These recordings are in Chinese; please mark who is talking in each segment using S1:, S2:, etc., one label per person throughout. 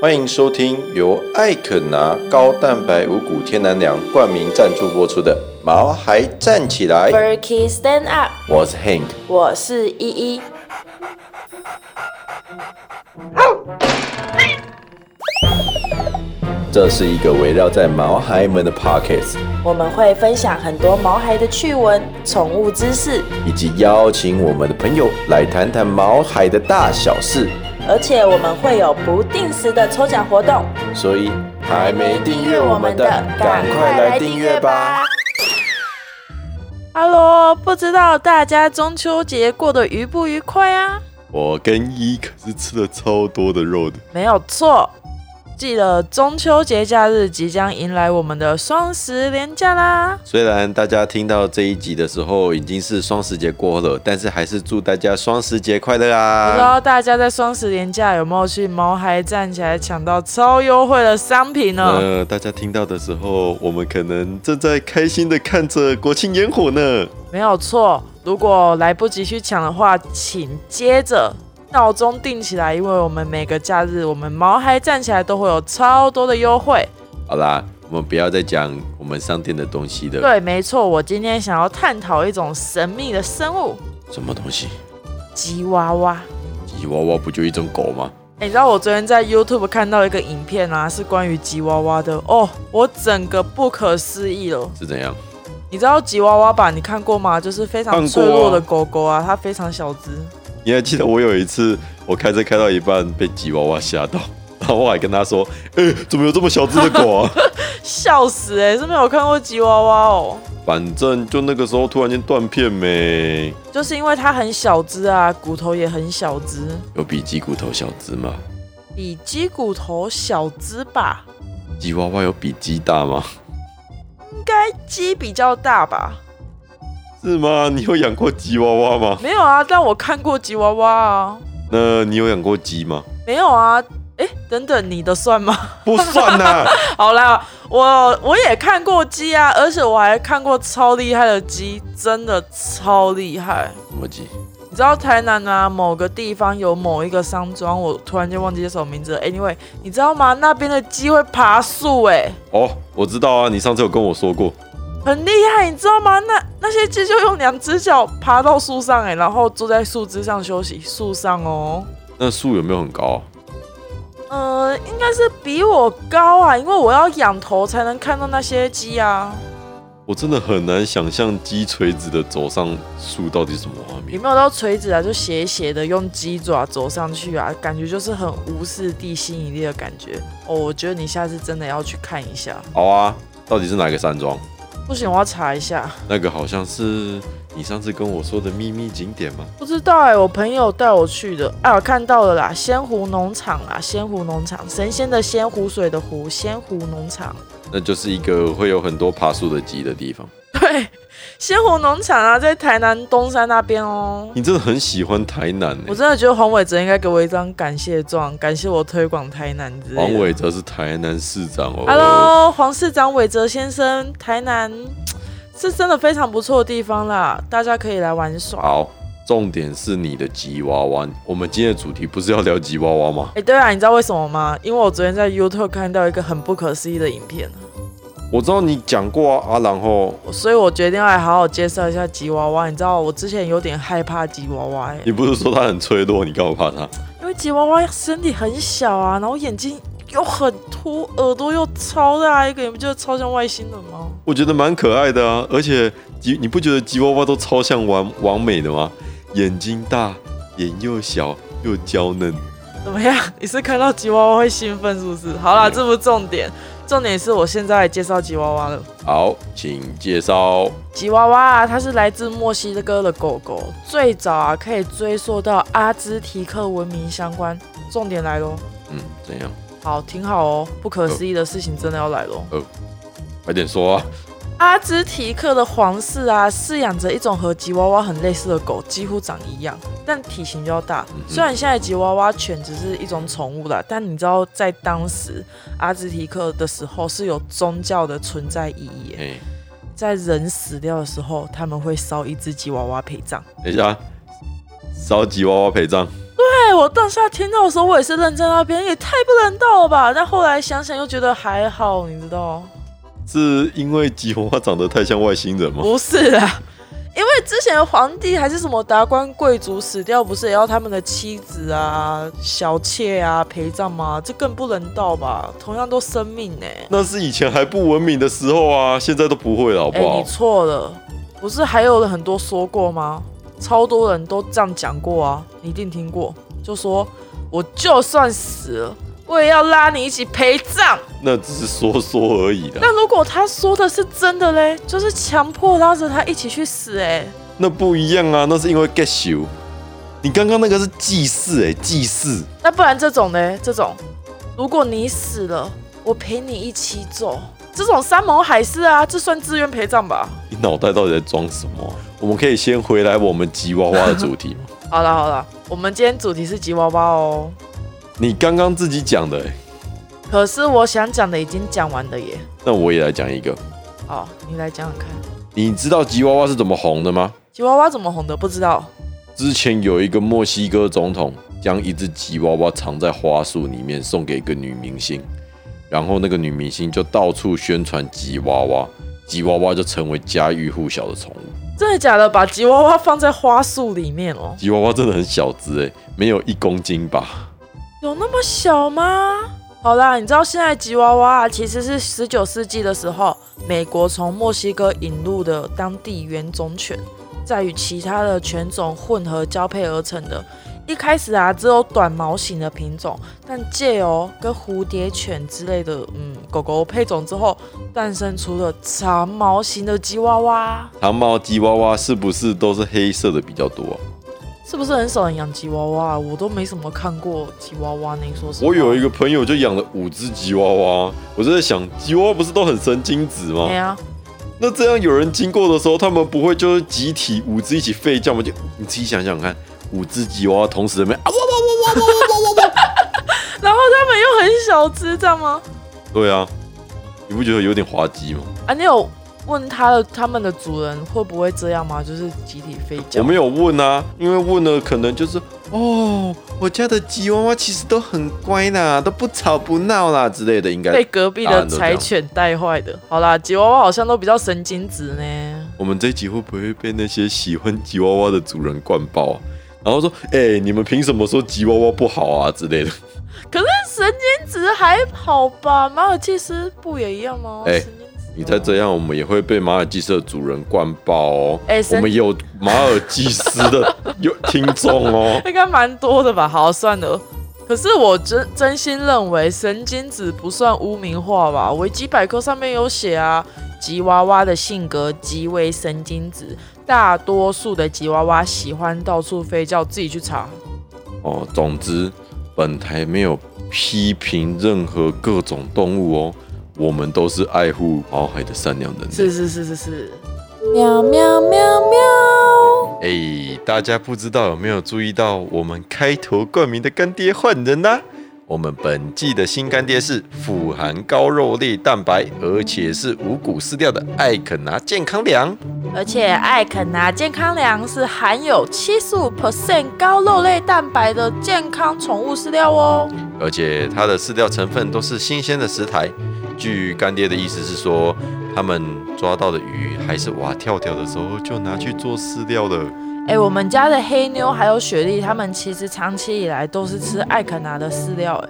S1: 欢迎收听由艾肯拿高蛋白五谷天然粮冠名赞助播出的《毛孩站起来》，
S2: Berkey Stand Up，
S1: 我是 Hank。
S2: 我是依依。
S1: 这是一个围绕在毛孩们的 Pockets，
S2: 我们会分享很多毛孩的趣闻、宠物知识，
S1: 以及邀请我们的朋友来谈谈毛孩的大小事。
S2: 而且我们会有不定时的抽奖活动。
S1: 所以还没订阅我们的，赶快来订阅吧！
S2: ！Hello，不知道大家中秋节过得愉不愉快啊？
S1: 我跟一可是吃了超多的肉的，
S2: 没有错，记得中秋节假日即将迎来我们的双十连假啦！
S1: 虽然大家听到这一集的时候已经是双十节过了，但是还是祝大家双十节快乐
S2: 不知
S1: 啊！
S2: 道大家在双十连假有没有去毛孩站起来抢到超优惠的商品呢？
S1: 呃，大家听到的时候，我们可能正在开心的看着国庆烟火呢。
S2: 没有错，如果来不及去抢的话，请接着闹钟定起来，因为我们每个假日，我们毛孩站起来都会有超多的优惠。
S1: 好啦，我们不要再讲我们商店的东西了。
S2: 对，没错，我今天想要探讨一种神秘的生物
S1: 什么东西？
S2: ——吉娃娃。
S1: 吉娃娃不就一种狗吗？
S2: 欸你知道我昨天在 YouTube 看到一个影片啊，是关于吉娃娃的哦，我整个不可思议了。
S1: 是怎样？
S2: 你知道吉娃娃吧？你看过吗？就是非
S1: 看
S2: 常
S1: 过
S2: 脆弱
S1: 啊
S2: 的狗狗啊，它非常小只。
S1: 你还记得我有一次，我开车开到一半被吉娃娃吓到， 然后我还跟他说：“哎、怎么有这么小只的狗啊
S2: 笑死哎、欸，是没有看过吉娃娃哦，？”
S1: 反正就那个时候突然间断片没，
S2: 就是因为它很小只啊，骨头也很小只，
S1: 有比鸡骨头小只吗？
S2: 比鸡骨头小只吧，
S1: 吉娃娃有比鸡大吗？
S2: 应该鸡比较大吧？
S1: 是吗？你有养过吉娃娃吗？
S2: 没有啊，但我看过吉娃娃啊，
S1: 那你有养过鸡吗？
S2: 没有啊。哎，等等，你的算吗？
S1: 不算呐、
S2: 好啦，我我也看过鸡啊，而且我还看过超厉害的鸡，真的超厉害。
S1: 什么鸡？
S2: 你知道台南啊某个地方有某一个商庄，我突然间忘记叫什么名字了。Anyway，你知道吗？那边的鸡会爬树、欸，
S1: 哦，我知道啊，你上次有跟我说过。
S2: 很厉害，你知道吗？那那些鸡就用两只脚爬到树上、欸，然后坐在树枝上休息。树上哦，
S1: 那树有没有很高、啊？
S2: 嗯、应该是比我高啊，因为我要仰头才能看到那些鸡啊。
S1: 我真的很难想象鸡垂直的走上树到底是什么画
S2: 也
S1: 面。
S2: 没有到垂直啊，就斜斜的用鸡爪走上去啊，感觉就是很无视地心引力的感觉。哦，我觉得你下次真的要去看一下。
S1: 好啊，到底是哪个山庄？
S2: 不行，我要查一下。
S1: 那个好像是你上次跟我说的秘密景点吗？
S2: 不知道哎、我朋友带我去的。哎、我看到了啦，仙湖农场啦，仙湖农场，神仙的仙，湖水的湖，仙湖农场。
S1: 那就是一个会有很多爬树的鸡的地方。
S2: 对，仙湖农场啊，在台南东山那边哦。
S1: 你真的很喜欢台南欸呢、
S2: 我真的觉得黄伟哲应该给我一张感谢状，感谢我推广台南之类的。
S1: 王伟则是台南市长哦。
S2: Hello，黄市长韦哲先生，台南是真的非常不错的地方啦，大家可以来玩耍。
S1: 好，重点是你的吉娃娃。我们今天的主题不是要聊吉娃娃吗？
S2: 哎、对啊，你知道为什么吗？因为我昨天在 YouTube 看到一个很不可思议的影片，
S1: 我知道你讲过啊，啊然后
S2: 所以我决定要来好好介绍一下吉娃娃。你知道我之前有点害怕吉娃娃、欸，
S1: 你不是说它很脆弱，你干嘛怕它？
S2: 因为吉娃娃身体很小啊，然后眼睛又很凸，耳朵又超大一个，你不觉得超像外星人吗？
S1: 我觉得蛮可爱的啊，而且吉你不觉得吉娃娃都超像完完美的吗？眼睛大，眼又小又娇嫩。
S2: 怎么样？ 你是看到吉娃娃会兴奋是不是？好啦，这不重点，重点是我现在来介绍吉娃娃了。
S1: 好，请介绍。
S2: 吉娃娃啊，它是来自墨西哥的狗狗，最早啊可以追溯到阿兹提克文明相关。重点来喽，
S1: 嗯，怎样？
S2: 好，听好哦，不可思议的事情真的要来喽。
S1: 快点说 啊！
S2: 阿兹提克的皇室啊，饲养着一种和吉娃娃很类似的狗，几乎长一样，但体型比较大。
S1: 嗯哼
S2: 虽然现在吉娃娃犬只是一种宠物啦，但你知道在当时阿兹提克的时候是有宗教的存在意义耶，
S1: 哎，
S2: 在人死掉的时候，他们会烧一只吉娃娃陪葬。
S1: 等一下，烧吉娃娃陪葬。
S2: 对哎我当下听到的时候，我也是愣在那边，也太不人道了吧！但后来想想又觉得还好，你知道。
S1: 是因为吉娃娃长得太像外星人吗？
S2: 不是啦，因为之前的皇帝还是什么达官贵族死掉，不是也要他们的妻子啊、小妾啊陪葬吗？这更不人道吧？同样都生命呢、
S1: 那是以前还不文明的时候啊，现在都不会了，好不
S2: 哎、
S1: 好
S2: 你？错了，不是还有很多说过吗？超多人都这样讲过啊，你一定听过，就说我就算死了，我也要拉你一起陪葬。
S1: 那只是说说而已的，
S2: 那如果他说的是真的嘞，就是强迫拉着他一起去死、哎，
S1: 那不一样啊，那是因为 get you。你刚刚那个是祭祀哎、祭祀，
S2: 那不然这种嘞，这种，如果你死了，我陪你一起走，这种山盟海誓啊，这算自愿陪葬吧？
S1: 你脑袋到底在装什么啊、我们可以先回来我们吉娃娃的主题吗？
S2: 好了好了，我们今天主题是吉娃娃哦，
S1: 你刚刚自己讲的、哎
S2: 可是我想讲的已经讲完了耶。
S1: 那我也来讲一个。
S2: 好，你来讲讲看，
S1: 你知道吉娃娃是怎么红的吗？
S2: 吉娃娃怎么红的？不知道
S1: 之前有一个墨西哥总统将一只吉娃娃藏在花束里面送给一个女明星，然后那个女明星就到处宣传吉娃娃，吉娃娃就成为家喻户晓的宠物。
S2: 真的假的？把吉娃娃放在花束里面哦，
S1: 吉娃娃真的很小只诶、没有一公斤吧？
S2: 有那么小吗？好啦，你知道现在吉娃娃啊，其实是十九世纪的时候，美国从墨西哥引入的当地原种犬，再与其他的犬种混合交配而成的。一开始啊，只有短毛型的品种，但借由跟蝴蝶犬之类的，嗯，狗狗配种之后，诞生出了长毛型的吉娃娃。
S1: 长毛吉娃娃是不是都是黑色的比较多啊、
S2: 是不是很少人养吉娃娃啊？我都没什么看过吉娃娃呢。说实话，
S1: 我有一个朋友就养了五只吉娃娃，我就在想，吉娃娃不是都很神经质吗
S2: 哎？呀、
S1: 那这样有人经过的时候，他们不会就是集体五只一起吠叫吗？就你自己想想看，五只吉娃娃同时在那边啊哇哇哇哇哇哇哇哇！
S2: 然后他们又很小只，这样吗？
S1: 对啊，你不觉得有点滑稽吗？
S2: 啊，你有问他的他们的主人会不会这样吗？就是集体飞
S1: 我
S2: 脚。
S1: 没有问啊，因为问了可能就是哦，我家的吉娃娃其实都很乖啦，都不吵不闹啦之类的，应
S2: 被
S1: 该。
S2: 隔壁的柴犬带坏的。好啦，吉娃娃好像都比较神经质呢。
S1: 我们这一集会不会被那些喜欢吉娃娃的主人灌爆、啊？然后说，哎、你们凭什么说吉娃娃不好啊之类的？
S2: 嗯可是神经质还好吧？马尔济斯不也一样吗？
S1: 哎
S2: 神经质吗
S1: 你再这样，我们也会被马尔济斯的主人灌爆哦。
S2: 哎神
S1: 我们有马尔济斯的 有听众哦。
S2: 应该蛮多的吧？好，算了。可是我真真心认为神经质不算污名化吧？维基百科上面有写啊，吉娃娃的性格极为神经质，大多数的吉娃娃喜欢到处飞叫，自己去查。
S1: 哦，总之，本台没有批评任何各种动物哦，我们都是爱护毛孩的善良人类。
S2: 是是是是是。喵喵喵喵！
S1: 哎、大家不知道有没有注意到我们开头冠名的干爹换人啦、我们本季的新干爹是富含高肉类蛋白，而且是五谷饲料的艾肯拿健康粮。
S2: 而且艾肯拿健康粮是含有七十五 percent 高肉类蛋白的健康宠物饲料哦。
S1: 而且它的饲料成分都是新鲜的食材。据干爹的意思是说，他们抓到的鱼还是蛙跳跳的时候就拿去做饲料了。
S2: 哎、我们家的黑妞还有雪莉，他们其实长期以来都是吃艾肯拿的饲料、哎，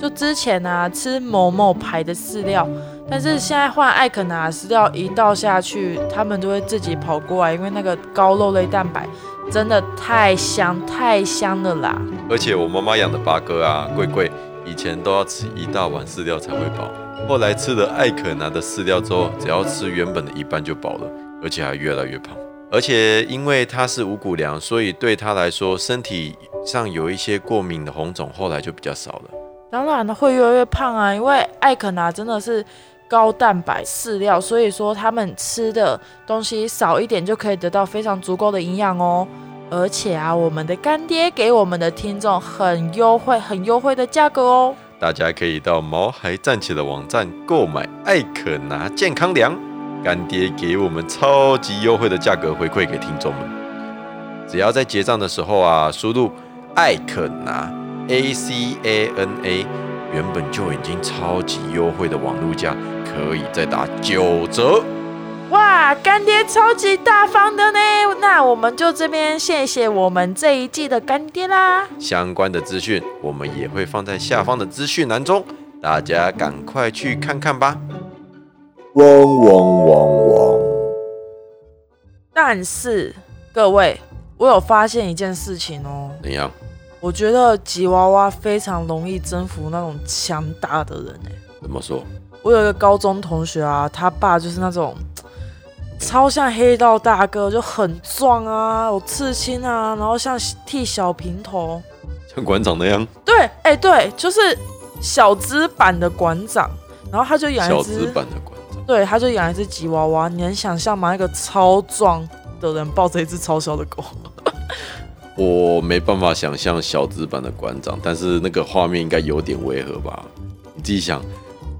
S2: 就之前啊吃某某牌的饲料，但是现在换艾肯拿的饲料一倒下去，他们就会自己跑过来，因为那个高肉类蛋白真的太香太香了啦。
S1: 而且我妈妈养的八哥啊、贵贵，以前都要吃一大碗饲料才会饱，后来吃了艾可拿的饲料之后，只要吃原本的一半就饱了，而且还越来越胖。而且因为它是五谷粮，所以对它来说，身体上有一些过敏的红肿，后来就比较少了。
S2: 当然了，会越来越胖啊，因为艾肯拿真的是高蛋白饲料，所以说他们吃的东西少一点就可以得到非常足够的营养哦。而且啊，我们的干爹给我们的听众很优惠、很优惠的价格哦。
S1: 大家可以到毛孩站起的网站购买艾可拿健康粮，干爹给我们超级优惠的价格回馈给听众们。只要在结账的时候啊，输入艾肯拿 （A C A N A） 原本就已经超级优惠的网络价，可以再打九折。
S2: 哇，干爹超级大方的呢！那我们就这边谢谢我们这一季的干爹啦。
S1: 相关的资讯我们也会放在下方的资讯栏中，大家赶快去看看吧。嗡嗡嗡嗡，
S2: 但是各位，我有发现一件事情哦，
S1: 怎样？
S2: 我觉得吉娃娃非常容易征服那种强大的人哎。
S1: 怎么说？
S2: 我有一个高中同学啊，他爸就是那种超像黑道大哥，就很壮啊，有刺青啊，然后像剃小平头，
S1: 像馆长那样，
S2: 对，哎、对，就是小资版的馆长。然后他就养
S1: 小
S2: 一
S1: 资
S2: 只，
S1: 版的馆长，
S2: 对，他就养一只吉娃娃。你能想象吗？一个超壮的人抱着一只超小的狗，
S1: 我没办法想象小资版的馆长，但是那个画面应该有点违和吧？你自己想，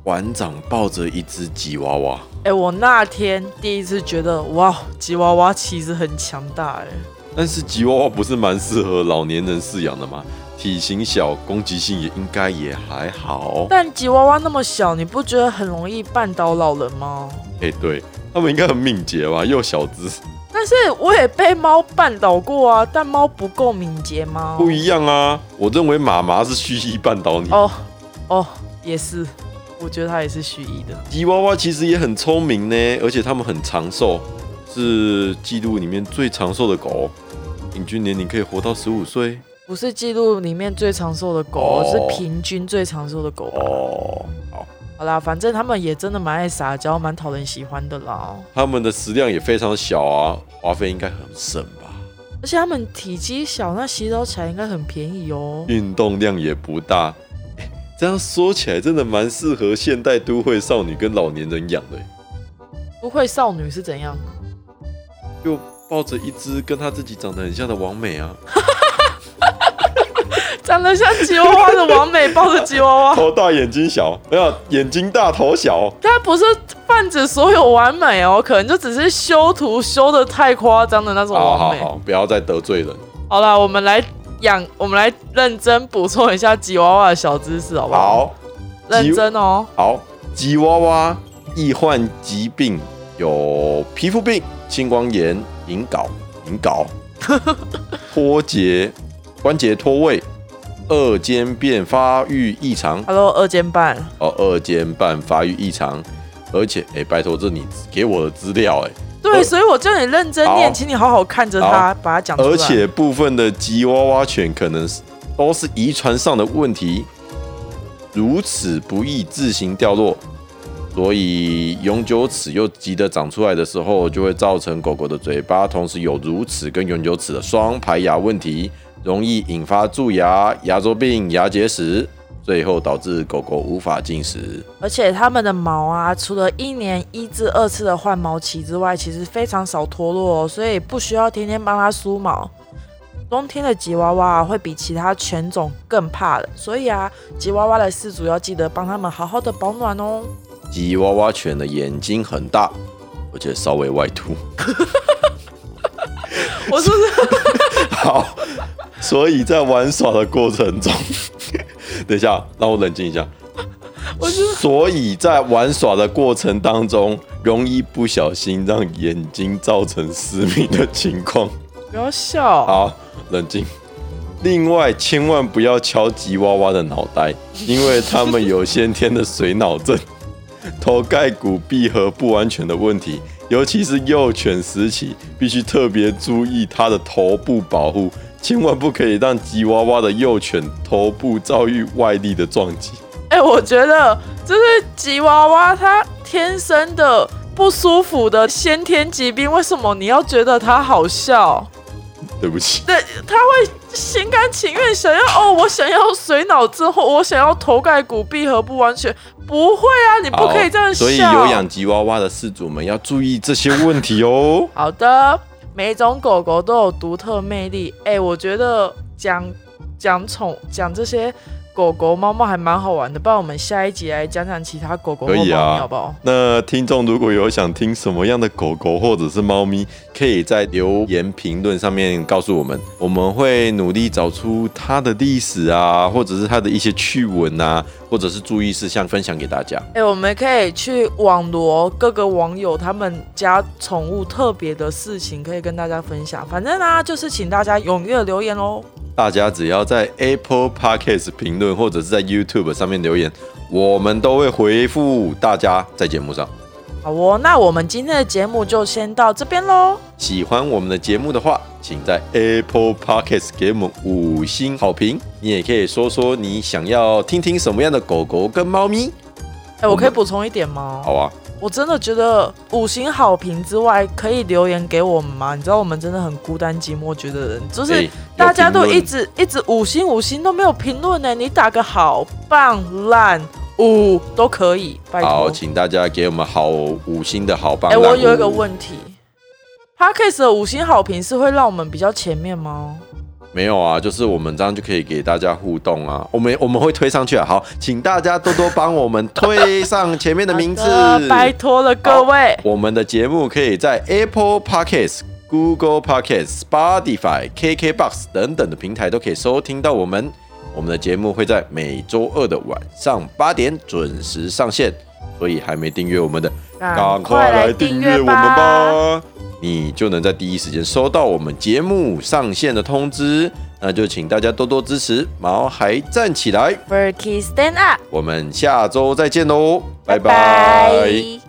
S1: 馆长抱着一只吉娃娃，
S2: 哎、我那天第一次觉得，哇，吉娃娃其实很强大、哎，
S1: 但是吉娃娃不是蛮适合老年人饲养的吗？体型小，攻击性也应该也还好。
S2: 但吉娃娃那么小，你不觉得很容易绊倒老人吗？
S1: 哎、对他们应该很敏捷吧？又小只，
S2: 但是我也被猫绊倒过啊，但猫不够敏捷吗？
S1: 不一样啊！我认为妈妈是蓄意绊倒你，
S2: 哦哦，也是，我觉得它也是蓄意的。
S1: 吉娃娃其实也很聪明呢，而且它们很长寿，是记录里面最长寿的狗，平均年龄可以活到十五岁
S2: 不是记录里面最长寿的狗，
S1: 哦
S2: 是平均最长寿的狗吧？
S1: 哦。好，
S2: 好啦，反正他们也真的蛮爱撒娇，蛮讨人喜欢的啦。
S1: 它们的食量也非常小啊，花费应该很省吧？
S2: 而且他们体积小，那洗澡起来应该很便宜哦。
S1: 运动量也不大，诶这样说起来真的蛮适合现代都会少女跟老年人养的，
S2: 不会少女是怎样？
S1: 就抱着一只跟她自己长得很像的王美啊，
S2: 长得像吉娃娃的王美抱着吉娃娃，
S1: 头哦大眼睛小，没有眼睛大头小，
S2: 它啊不是泛指所有完美哦，可能就只是修图修的太夸张的那种
S1: 好哦
S2: 完
S1: 好
S2: 美。
S1: 好，不要再得罪人。
S2: 好啦，我们来养，我们来认真补充一下吉娃娃的小知识，好不好？
S1: 好
S2: 认真哦。
S1: 好，吉娃娃易患疾病，有皮肤病、青光眼、隐睾、隐睾、脱节、关节脱位、二尖瓣发育异常，
S2: Hello，二尖半，
S1: 哦，二尖瓣发育异常，而且，哎、拜托，这你给我的资料、诶
S2: 对，
S1: 呃
S2: 所以我叫你认真念，
S1: 好
S2: 请你好好看着它，把它讲出来。
S1: 而且部分的吉娃娃犬可能是都是遗传上的问题，如此不易自行掉落，所以永久齿又急得长出来的时候，就会造成狗狗的嘴巴同时有乳齿跟永久齿的双排牙问题，容易引发蛀牙、牙周病、牙结石，最后导致狗狗无法进食。
S2: 而且它们的毛啊，除了一年一至二次的换毛期之外，其实非常少脱落、哦，所以不需要天天帮它梳毛。冬天的吉娃娃啊会比其他犬种更怕冷，所以啊，吉娃娃的饲主要记得帮它们好好的保暖哦。
S1: 吉娃娃犬的眼睛很大，而且稍微外凸。
S2: 我是不是
S1: 好，所以在玩耍的过程中， 等一下，让我冷静一下。
S2: 我是
S1: 所以在玩耍的过程当中，容易不小心让眼睛造成失明的情况。
S2: 不要笑？
S1: 好，冷静。另外，千万不要敲吉娃娃的脑袋，因为它们有先天的水脑症、 头盖骨闭合不完全的问题，尤其是幼犬时期，必须特别注意它的头部保护，千万不可以让吉娃娃的幼犬头部遭遇外力的撞击。
S2: 哎、我觉得就是吉娃娃它天生的不舒服的先天疾病，为什么你要觉得它好笑？
S1: 对不起，
S2: 对，它会心甘情愿想要哦，我想要水脑之后，我想要头盖骨闭合不完全，不会啊，你不可以这样
S1: 好
S2: 笑。。
S1: 所以有养吉娃娃的饲主们要注意这些问题哦
S2: 好的，每一种狗狗都有独特魅力。哎、我觉得讲讲宠讲这些狗狗、猫猫还蛮好玩的，不然我们下一集来讲讲其他狗狗或
S1: 可
S2: 猫
S1: 以
S2: 咪
S1: 啊
S2: 好不好？
S1: 那听众如果有想听什么样的狗狗或者是猫咪，可以在留言评论上面告诉我们，我们会努力找出它的历史啊，或者是它的一些趣闻啊，或者是注意事项分享给大家。
S2: 哎、我们可以去网罗各个网友他们家宠物特别的事情，可以跟大家分享。反正呢、啊就是请大家踊跃留言喽。
S1: 大家只要在 Apple Podcast 评论或者是在 YouTube 上面留言，我们都会回复大家在节目上。
S2: 好哦，那我们今天的节目就先到这边喽。
S1: 喜欢我们的节目的话，请在 Apple Podcast 给我们五星好评。你也可以说说你想要听听什么样的狗狗跟猫咪，
S2: 哎、我
S1: 我
S2: 可以
S1: 们
S2: 补充一点吗？
S1: 好啊。
S2: 我真的觉得五星好评之外，可以留言给我们吗？你知道我们真的很孤单寂寞觉得人，就是
S1: 哎
S2: 大家
S1: 有
S2: 都一
S1: 评论
S2: 直一直五星五星都没有评论呢。你打个好棒烂五都可以，拜
S1: 好，
S2: 托。
S1: 请大家给我们好五星的好棒。
S2: 哎、我
S1: 让
S2: 有一个，问题 p a r k a s 的五星好评是会让我们比较前面吗？
S1: 没有啊，就是我们这样就可以给大家互动啊，我们我们会推上去啊。好，请大家多多帮我们推上前面的名字
S2: 好的。拜托了各位。
S1: 我们的节目可以在 Apple Podcasts、Google Podcasts、Spotify、KKBox 等等的平台都可以收听到我们。我们的节目会在每周二的晚上八点准时上线，所以还没订阅我们的，赶快来订阅我们吧，你就能在第一时间收到我们节目上线的通知。那就请大家多多支持毛孩站起来，
S2: ！Berkey Stand Up，
S1: 我们下周再见喽，拜
S2: 拜
S1: 拜
S2: 拜